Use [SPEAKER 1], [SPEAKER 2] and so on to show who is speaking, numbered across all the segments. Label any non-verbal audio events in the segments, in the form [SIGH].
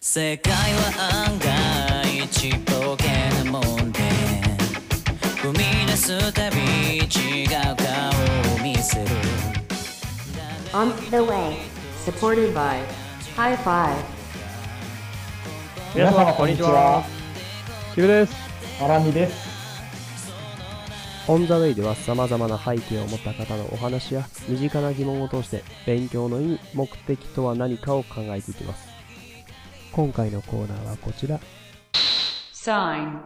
[SPEAKER 1] 世界は案外ちっぽけなもんで踏み出すたび違う顔を見せる
[SPEAKER 2] On the way, supported by High Five.
[SPEAKER 3] 皆様こんにちは。
[SPEAKER 4] キムです。
[SPEAKER 3] アラミです。
[SPEAKER 5] オン・ザ・ウェイでは様々な背景を持った方のお話や身近な疑問を通して勉強の意味、目的とは何かを考えていきます。今回のコーナーはこちら。
[SPEAKER 2] Sign.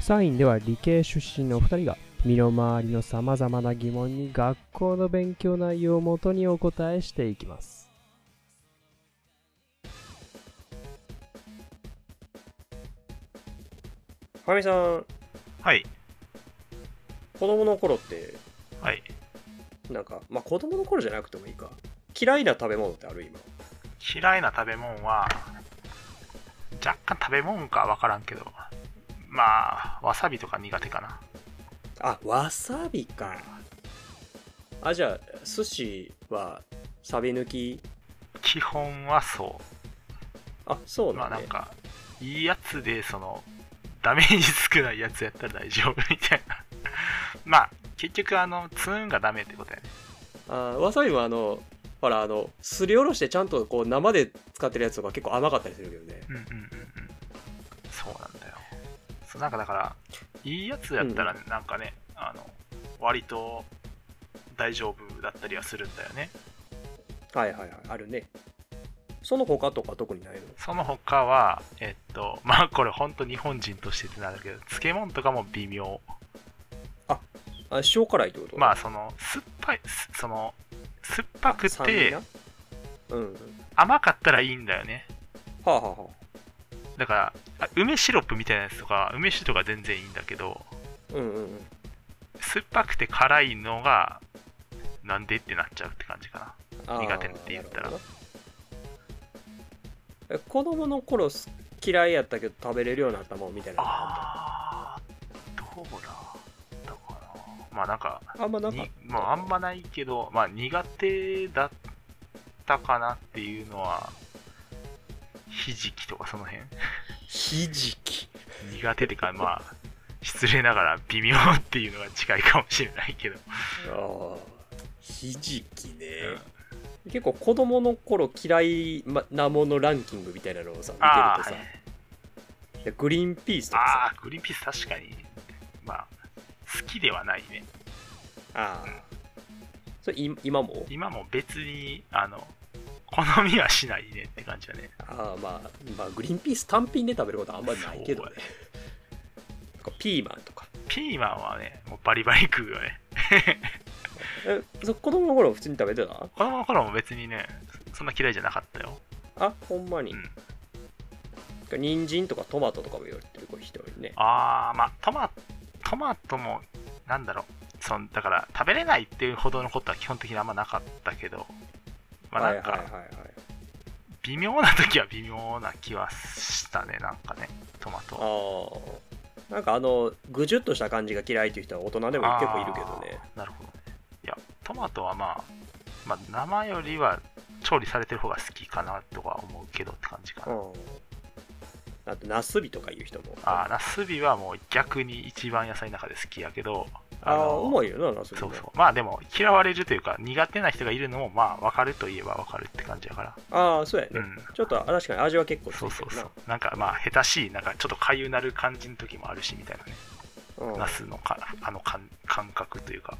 [SPEAKER 5] サインでは理系出身のお二人が身の回りの様々な疑問に学校の勉強内容をもとにお答えしていきます。
[SPEAKER 6] はみさん、
[SPEAKER 7] はい、
[SPEAKER 6] 子供の頃って、
[SPEAKER 7] はい。
[SPEAKER 6] なんか、まあ子供の頃じゃなくてもいいか。嫌いな食べ物ってある今。
[SPEAKER 7] 嫌いな食べ物は、若干食べ物かわからんけど、まあ、わさびとか苦手かな。
[SPEAKER 6] あ、わさびか。あ、じゃあ、寿司は、サビ抜き。
[SPEAKER 7] 基本はそ
[SPEAKER 6] あ、そう
[SPEAKER 7] う。ま
[SPEAKER 6] な
[SPEAKER 7] あ
[SPEAKER 6] んだ、
[SPEAKER 7] なん
[SPEAKER 6] ね。
[SPEAKER 7] か、いいやつで、その、ダメージ少ないやつやったら大丈夫みたいな。 [LAUGHS] まあ、結局、あの、ツーンがダメってことやね。
[SPEAKER 6] あわさびもあの、ほら、あの、すりおろしてちゃんとこう生で使ってるやつとか結構甘かったりするけどね。
[SPEAKER 7] うんうんうんうん。そうなんだよ。そうなんかだから、いいやつやったらね、なんかね、あの、割と大丈夫だったりはするんだよね。
[SPEAKER 6] はいはいはい、あるね。その他とか特にないの
[SPEAKER 7] その他は、えっと、まあこれ本当日本人としてってなんだけど、漬物とかも微妙。
[SPEAKER 6] あ、塩辛いってこと
[SPEAKER 7] まあその、酸っぱい、すその、酸っぱく
[SPEAKER 6] 酸味
[SPEAKER 7] て
[SPEAKER 6] なうん。は
[SPEAKER 7] 甘かったらいいんだよね。
[SPEAKER 6] あ、はあは
[SPEAKER 7] だから、あ梅シロップみたいなやつとか、梅酒とか全然いいんだけど、
[SPEAKER 6] あ、うんうんうん。
[SPEAKER 7] 酸っぱくて辛いのが、なんでってなっちゃうって感じかな。
[SPEAKER 6] あー
[SPEAKER 7] 苦手って言ったら
[SPEAKER 6] なるほどなえ子供の頃す嫌いやったけど食べれるようになったもんみたいなのあ
[SPEAKER 7] あー、どうだったかな。まあなんか、
[SPEAKER 6] んまなかっ
[SPEAKER 7] にもうあんまないけど、まあ、苦手だったかなっていうのはひじきとかその
[SPEAKER 6] [LAUGHS]
[SPEAKER 7] 辺
[SPEAKER 6] ひじき
[SPEAKER 7] 苦手ってかまあ失礼ながら微妙っていうのが近いかもしれないけど、
[SPEAKER 6] あーひじきね、結構子供の頃嫌いなものランキングみたいなのをさ見て
[SPEAKER 7] あ
[SPEAKER 6] ると
[SPEAKER 7] ー
[SPEAKER 6] さ、
[SPEAKER 7] はい
[SPEAKER 6] でグリーンピースとか
[SPEAKER 7] あーグリーンピース確かにまあ好きではないね
[SPEAKER 6] さああそれい今も
[SPEAKER 7] 今も別にあの好みはしないねって感じだね
[SPEAKER 6] あー、まあ、まあグリーンピース単品で食べることはあんまりないけどね
[SPEAKER 7] そうや
[SPEAKER 6] なんかピーマンとか
[SPEAKER 7] ピーマンはねもうバリバリ食うよね
[SPEAKER 6] えそ子供の頃普通に食べてた
[SPEAKER 7] 子供の頃も別にねそんな嫌いじゃなかったよ
[SPEAKER 6] あほんまに、
[SPEAKER 7] うん
[SPEAKER 6] 人参とかトマトとかも言われてる子一人ね
[SPEAKER 7] あー、まあ、トマ、トマトも、なんだろう、そのだから、食べれないっていうほどのことは基本的にあんまなかったけど、ま
[SPEAKER 6] は
[SPEAKER 7] あ、なん
[SPEAKER 6] いはい
[SPEAKER 7] か、
[SPEAKER 6] はいはい
[SPEAKER 7] 微妙な時は微妙な気はしたね、なんかね、トマトは。
[SPEAKER 6] ああなんかあのぐじゅっとした感じが嫌いっていう人は大人でも結構いるけどね
[SPEAKER 7] あー。なるほどね。いや、トマトはまあ、まあ、生よりは調理されてる方が好きかなとは思うけどって感じかな。
[SPEAKER 6] うんあとナスビとかいう人も
[SPEAKER 7] あー、ナスビはもう逆に一番野菜の中で好きやけど、
[SPEAKER 6] ああ
[SPEAKER 7] の
[SPEAKER 6] うまいよなナスビ
[SPEAKER 7] そ
[SPEAKER 6] も
[SPEAKER 7] うそう。まあでも、嫌われるというか、苦手な人がいるのも、まあ、わかるといえばわかるって感じだから。
[SPEAKER 6] ああそうやね、
[SPEAKER 7] うん。
[SPEAKER 6] ちょっと確かに味は結構ついて
[SPEAKER 7] そ
[SPEAKER 6] る
[SPEAKER 7] う
[SPEAKER 6] な
[SPEAKER 7] そうそう。なんか、まあ、下手しい、なんか、ちょっとかゆなる感じの時もあるし、みたいなね。
[SPEAKER 6] うん
[SPEAKER 7] ナスのか、あの感、感覚というか。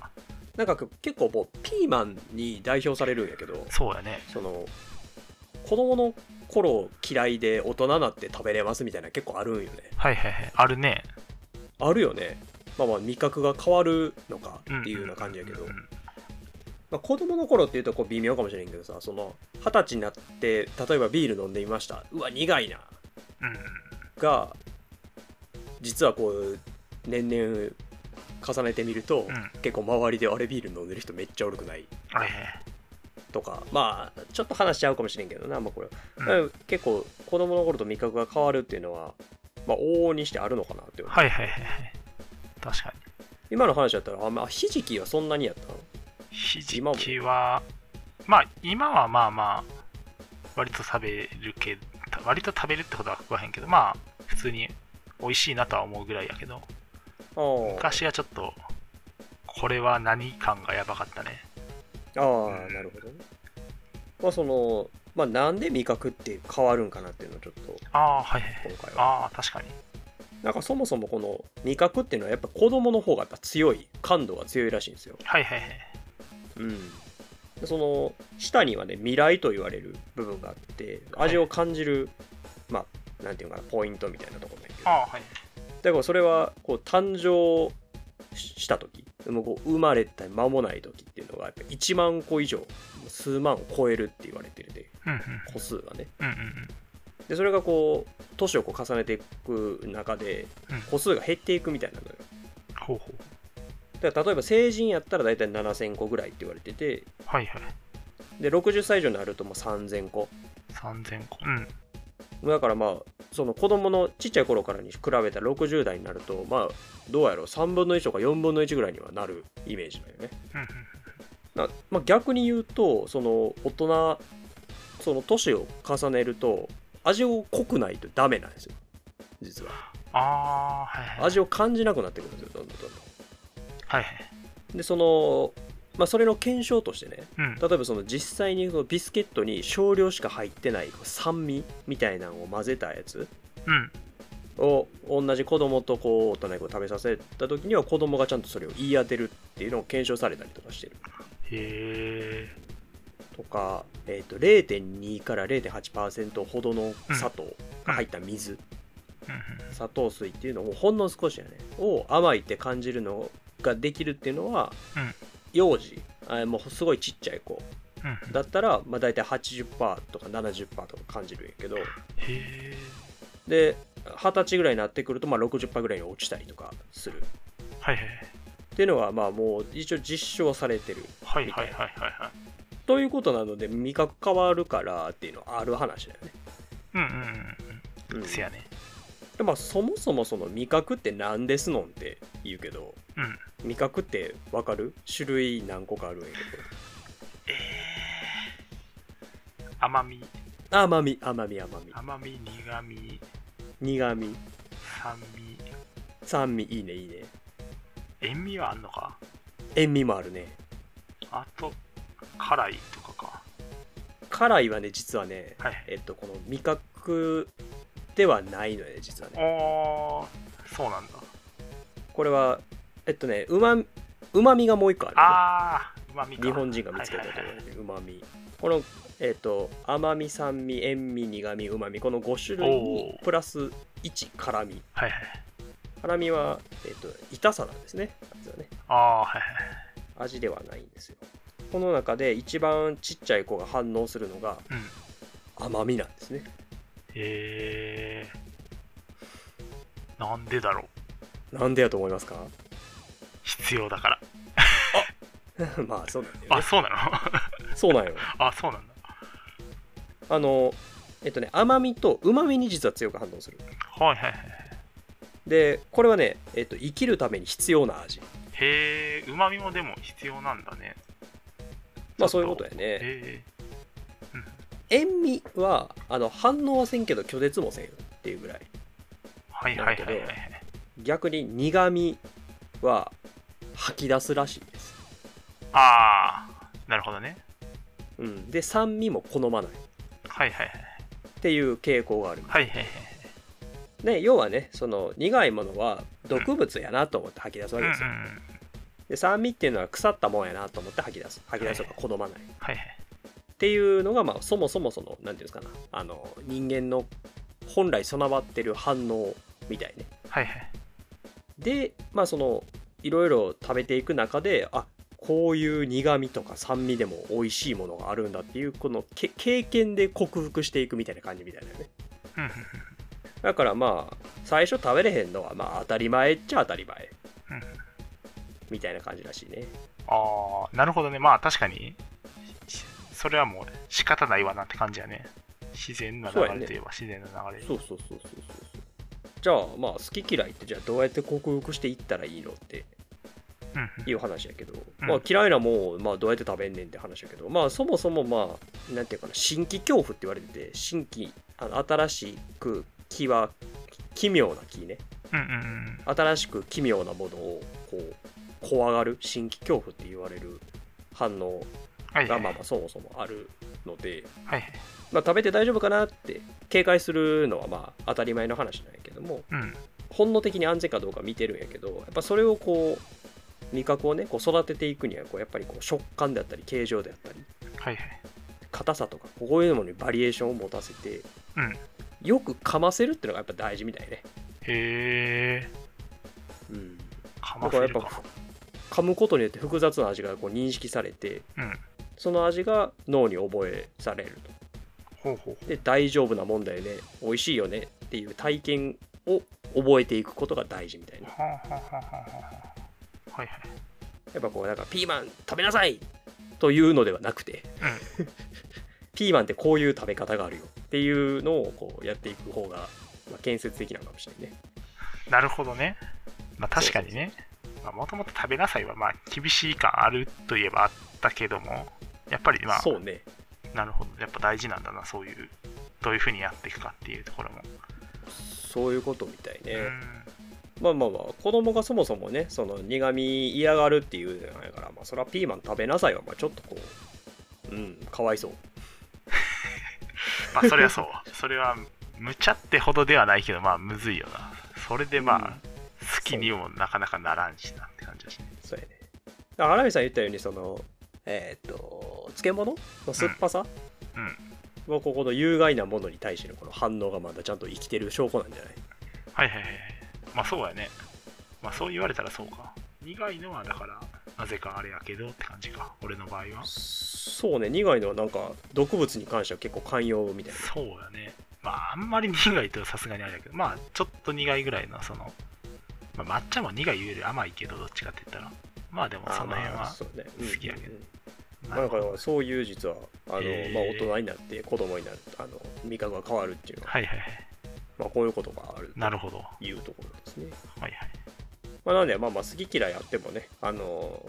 [SPEAKER 6] なんか結構もうピーマンに代表されるんやけど
[SPEAKER 7] そうやね。
[SPEAKER 6] その子供の頃嫌いで大人になって食べれますみたいな結構あるんよね
[SPEAKER 7] はいはいはい。あるね。
[SPEAKER 6] あるよね。まあまあ味覚が変わるのかっていうような感じやけど、
[SPEAKER 7] うんうんうん
[SPEAKER 6] まあ、子供の頃っていうとこう微妙かもしれんけどさ、その二十歳になって、例えばビール飲んでみました。うわ、苦いな。
[SPEAKER 7] うんうん。
[SPEAKER 6] が、実はこう、年々重ねてみると、
[SPEAKER 7] うん
[SPEAKER 6] 結構周りであれビール飲んでる人めっちゃおるくない
[SPEAKER 7] あれね。
[SPEAKER 6] とか、まあちょっと話し合うかもしれんけどな、まあこれ。
[SPEAKER 7] うん
[SPEAKER 6] 結構子供の頃と味覚が変わるっていうのは、まあ往々にしてあるのかなって思う。
[SPEAKER 7] はいはいはいはい。確かに。
[SPEAKER 6] 今の話だったら、あんまひじきはそんなにやったの
[SPEAKER 7] ひじきは、まあ、今はまあまあ、割と食べるけた割と食べるってことは食わへんけどまあ普通に美味しいなとは思うぐらいやけど
[SPEAKER 6] おー
[SPEAKER 7] 昔はちょっとこれは何感がやばかったね
[SPEAKER 6] ああなるほどねまあそのまあなんで味覚って変わるんかなっていうのをちょっと
[SPEAKER 7] ああはいはいはい
[SPEAKER 6] 今回は
[SPEAKER 7] ああ確かに
[SPEAKER 6] なんかそもそもこの味覚っていうのはやっぱ子供の方がやっぱ強い感度が強いらしいんですよ
[SPEAKER 7] はいはいはい
[SPEAKER 6] うんでその下にはね未来と言われる部分があって味を感じる、まあなんていうのかなポイントみたいなところだけど
[SPEAKER 7] ああはい
[SPEAKER 6] だからそれはこう誕生しした時もうこう生まれた間もない時っていうのがやっぱ1万個以上数万を超えるって言われてるで
[SPEAKER 7] うんうん
[SPEAKER 6] 個数がね
[SPEAKER 7] うんうんうん
[SPEAKER 6] でそれがこう年をこう重ねていく中で
[SPEAKER 7] うん
[SPEAKER 6] 個数が減っていくみたいなのよ
[SPEAKER 7] ほうほう
[SPEAKER 6] だから例えば成人やったら大体7000個ぐらいって言われてて
[SPEAKER 7] はいはい
[SPEAKER 6] で60歳以上になるともう3000個
[SPEAKER 7] 3000個うん
[SPEAKER 6] だからまあその子供のちっちゃい頃からに比べたら60代になるとまあどうやろう3分の1とか4分の1ぐらいにはなるイメージだよね
[SPEAKER 7] うんうん
[SPEAKER 6] なまあ、逆に言うとその大人その年を重ねると味を濃くないとダメなんですよ実は
[SPEAKER 7] ああはいはい
[SPEAKER 6] 味を感じなくなってくるんですよどんどんどんど
[SPEAKER 7] はいはい
[SPEAKER 6] んでそのまあそれの検証としてね
[SPEAKER 7] うん
[SPEAKER 6] 例えばその実際にそのビスケットに少量しか入ってないこう酸味みたいなのを混ぜたやつ
[SPEAKER 7] うん
[SPEAKER 6] を同じ子供とこう大人にこう食べさせた時には子供がちゃんとそれを言い当てるっていうのを検証されたりとかしてる
[SPEAKER 7] へえ
[SPEAKER 6] とか、えー、と0.2から0.8%ほどの砂糖が入った水、
[SPEAKER 7] うんうん
[SPEAKER 6] 砂糖水っていうのをほんの少しやねを甘いって感じるのができるっていうのは、
[SPEAKER 7] うん
[SPEAKER 6] 幼児あもうすごいちっちゃい子
[SPEAKER 7] うんうん
[SPEAKER 6] だったら、まあ、大体80%とか70%とか感じるんやけど
[SPEAKER 7] へえ
[SPEAKER 6] で二十歳ぐらいになってくると、まあ、60%ぐらいに落ちたりとかするっ
[SPEAKER 7] はいはい
[SPEAKER 6] ていうのはまあもう一応実証されてる
[SPEAKER 7] はいはいはいはいはい
[SPEAKER 6] ということなので味覚変わるからっていうのはある話だよね。
[SPEAKER 7] うんうんうん
[SPEAKER 6] う
[SPEAKER 7] うんんせやね
[SPEAKER 6] でまあそもそもその味覚って何ですのんって言うけど
[SPEAKER 7] うん
[SPEAKER 6] 味覚ってわかる種類何個かあるんやけ
[SPEAKER 7] 甘み
[SPEAKER 6] ど甘み甘み甘み
[SPEAKER 7] 甘み苦み
[SPEAKER 6] 苦み
[SPEAKER 7] 酸味
[SPEAKER 6] 酸味いいねいいね
[SPEAKER 7] 塩味はあんのか
[SPEAKER 6] 塩味もあるね
[SPEAKER 7] あと辛いとかか
[SPEAKER 6] 辛いはね実はね
[SPEAKER 7] はい
[SPEAKER 6] えっとこの味覚ではないのよね実はね
[SPEAKER 7] おーそうなんだ
[SPEAKER 6] これはえっとねうまうまみがもう一個ある、ね、
[SPEAKER 7] あーうまみか
[SPEAKER 6] 日本人が見つけたとこ
[SPEAKER 7] はいはいは
[SPEAKER 6] ろでうまみこのえっ、と甘み酸味塩味苦味うまみこの5種類
[SPEAKER 7] お
[SPEAKER 6] に
[SPEAKER 7] ー
[SPEAKER 6] プラス1辛み
[SPEAKER 7] いはいはい
[SPEAKER 6] 辛みは、えっと痛さなんですね実はね
[SPEAKER 7] ああはいはい
[SPEAKER 6] 味ではないんですよこの中で一番ちっちゃい子が反応するのが
[SPEAKER 7] うん
[SPEAKER 6] 甘みなんですね
[SPEAKER 7] へえなんでだろう
[SPEAKER 6] なんでやと思いますか [LAUGHS]
[SPEAKER 7] 必要だから
[SPEAKER 6] まあそうなんだよ
[SPEAKER 7] あ
[SPEAKER 6] ね
[SPEAKER 7] そうなの [LAUGHS]
[SPEAKER 6] そうなんよ
[SPEAKER 7] あそうなんだ
[SPEAKER 6] あのえっとね甘みとうまみに実は強く反応する
[SPEAKER 7] はいはいはい
[SPEAKER 6] でこれはね、えっと生きるために必要な味
[SPEAKER 7] へえうまみもでも必要なんだね
[SPEAKER 6] まあそういうことやね
[SPEAKER 7] へえ
[SPEAKER 6] 塩味はあの反応はせんけど拒絶もせんっていうぐらい
[SPEAKER 7] はいはいはいはいはい
[SPEAKER 6] 逆に苦味は吐き出すらしいです、
[SPEAKER 7] ああなるほどね
[SPEAKER 6] うん、で酸味も好まないっ
[SPEAKER 7] はいはい
[SPEAKER 6] ていう傾向がある
[SPEAKER 7] はいはいはいはい
[SPEAKER 6] で要はねその苦いものは毒物やなと思って吐き出すわ
[SPEAKER 7] う
[SPEAKER 6] け
[SPEAKER 7] んうん
[SPEAKER 6] ですよ
[SPEAKER 7] うん
[SPEAKER 6] で酸味っていうのは腐ったもんやなと思って吐き出す吐き出すのが好まないっ
[SPEAKER 7] はいはい
[SPEAKER 6] ていうのが、まあ、そもそもその何ていうんですかなあの人間の本来備わってる反応みたいね
[SPEAKER 7] はいはい
[SPEAKER 6] でまあそのいろいろ食べていく中であこういう苦味とか酸味でも美味しいものがあるんだっていうこのけ経験で克服していくみたいな感じみたいだよね
[SPEAKER 7] うんうん
[SPEAKER 6] だからまあ最初食べれへんのはまあ当たり前っちゃ当たり前
[SPEAKER 7] うん
[SPEAKER 6] みたいな感じらしいね
[SPEAKER 7] ああなるほどねまあ確かにしそれはもう仕方ないわなって感じやね自然な流
[SPEAKER 6] そうや
[SPEAKER 7] れ
[SPEAKER 6] ね
[SPEAKER 7] といえば自然な流れ
[SPEAKER 6] そうそうそうそうそうそうじゃあまあ好き嫌いってじゃあどうやって克服していったらいいのって
[SPEAKER 7] うんうん
[SPEAKER 6] いう話やけど、
[SPEAKER 7] うん
[SPEAKER 6] まあ、嫌いなもんをまあどうやって食べんねんって話やけど、まあ、そもそもまあなんていうかな新規恐怖って言われてて新規あの新しく木は奇妙な木ね
[SPEAKER 7] うんうんうん
[SPEAKER 6] 新しく奇妙なものをこう怖がる新規恐怖って言われる反応
[SPEAKER 7] はいは
[SPEAKER 6] が
[SPEAKER 7] い
[SPEAKER 6] まあまあそもそもあるので、
[SPEAKER 7] はいはい
[SPEAKER 6] まあ、食べて大丈夫かなって警戒するのはまあ当たり前の話なんやけども
[SPEAKER 7] うん
[SPEAKER 6] 本能的に安全かどうか見てるんやけどやっぱそれをこう味覚をねこう育てていくにはこうやっぱりこう食感であったり形状であったり
[SPEAKER 7] はいはい
[SPEAKER 6] 硬さとかこういうものにバリエーションを持たせて、
[SPEAKER 7] うん
[SPEAKER 6] よく噛ませるっていうのがやっぱ大事みたいね。
[SPEAKER 7] へえ
[SPEAKER 6] うん
[SPEAKER 7] か
[SPEAKER 6] だ
[SPEAKER 7] ま
[SPEAKER 6] から
[SPEAKER 7] せ
[SPEAKER 6] やっ
[SPEAKER 7] るか
[SPEAKER 6] ぱ噛むことによって複雑な味がこう認識されて
[SPEAKER 7] うん
[SPEAKER 6] その味が脳に覚えされると
[SPEAKER 7] ほうほうほう
[SPEAKER 6] で大丈夫なもんだよね美味しいよねっていう体験を覚えていくことが大事みたいな
[SPEAKER 7] はあはあはあはあはあはいはい
[SPEAKER 6] やっぱこうなんかピーマン食べなさいというのではなくて、 [LAUGHS] ピーマンってこういう食べ方があるよっていうのをこうやっていく方が、まあ、建設的なのかもしれないね
[SPEAKER 7] なるほどね。まあ確かにね。もともと食べなさいはまあ厳しい感あるといえばあったけども、やっぱりまあ、
[SPEAKER 6] そうね
[SPEAKER 7] なるほど。やっぱ大事なんだな、そういう、どういうふうにやっていくかっていうところも。
[SPEAKER 6] そういうことみたいね、
[SPEAKER 7] うん
[SPEAKER 6] まあまあまあ子供がそもそもねその苦味嫌がるっていうじゃないから、まあ、それはピーマン食べなさいはまあちょっとこううんかわいそう
[SPEAKER 7] まあそれはそう。 [LAUGHS] それは、むちゃってほどではないけど、まあむずいよな。それでまあ、
[SPEAKER 6] うん
[SPEAKER 7] 好きにもなかなかならんしなって感じだしね。
[SPEAKER 6] そうやねだから荒海さん言ったようにそのえーっと漬物の酸っぱさ
[SPEAKER 7] うんうん
[SPEAKER 6] はここの有害なものに対してのこの反応がまだちゃんと生きてる証拠なんじゃない
[SPEAKER 7] はいはいはいはい。まあそうやね。まあそう言われたらそうか。苦いのはだから、なぜかあれやけどって感じか。俺の場合は。
[SPEAKER 6] そうね苦いのはなんか毒物に関しては結構寛容みたいな
[SPEAKER 7] そうやね。まあ、あんまり苦いとさすがにあれだけど、まあ、ちょっと苦いぐらいの、その、まあ、抹茶も苦いより甘いけど、どっちかって言ったら。まあ、でもその辺
[SPEAKER 6] あーまあ
[SPEAKER 7] は、
[SPEAKER 6] そうね
[SPEAKER 7] 好きやけど
[SPEAKER 6] うんうん
[SPEAKER 7] な
[SPEAKER 6] まあ、だ
[SPEAKER 7] るほ
[SPEAKER 6] か
[SPEAKER 7] ど
[SPEAKER 6] らそういう実はあの、
[SPEAKER 7] へー
[SPEAKER 6] まあ、大人になって子供になるあの味覚が変わるっていうのは、
[SPEAKER 7] はいはいはい。
[SPEAKER 6] まあ、こういうことがある
[SPEAKER 7] なるほど。は
[SPEAKER 6] というところですね、
[SPEAKER 7] いはい。
[SPEAKER 6] まあ、なのでまあまあ好き嫌いあってもねあの、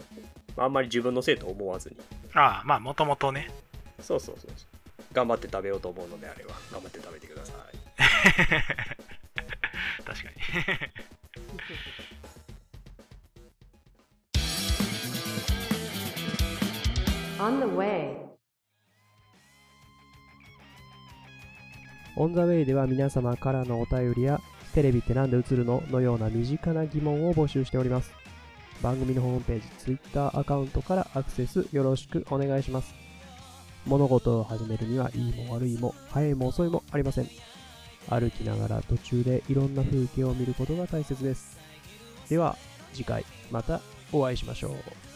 [SPEAKER 6] まあ、あんまり自分のせいと思わずに
[SPEAKER 7] ああ、まあ、もともとね、
[SPEAKER 6] そうそうそうそう頑張って食べようと思うのであれば頑張って食べてください
[SPEAKER 7] 確かに。
[SPEAKER 2] On the way.
[SPEAKER 5] オンザウェイでは皆様からのお便りやテレビってなんで映るののような身近な疑問を募集しております。番組のホームページ、Twitter アカウントからアクセスよろしくお願いします。物事を始めるにはいいも悪いも早いも遅いもありません。歩きながら途中でいろんな風景を見ることが大切です。では次回またお会いしましょう。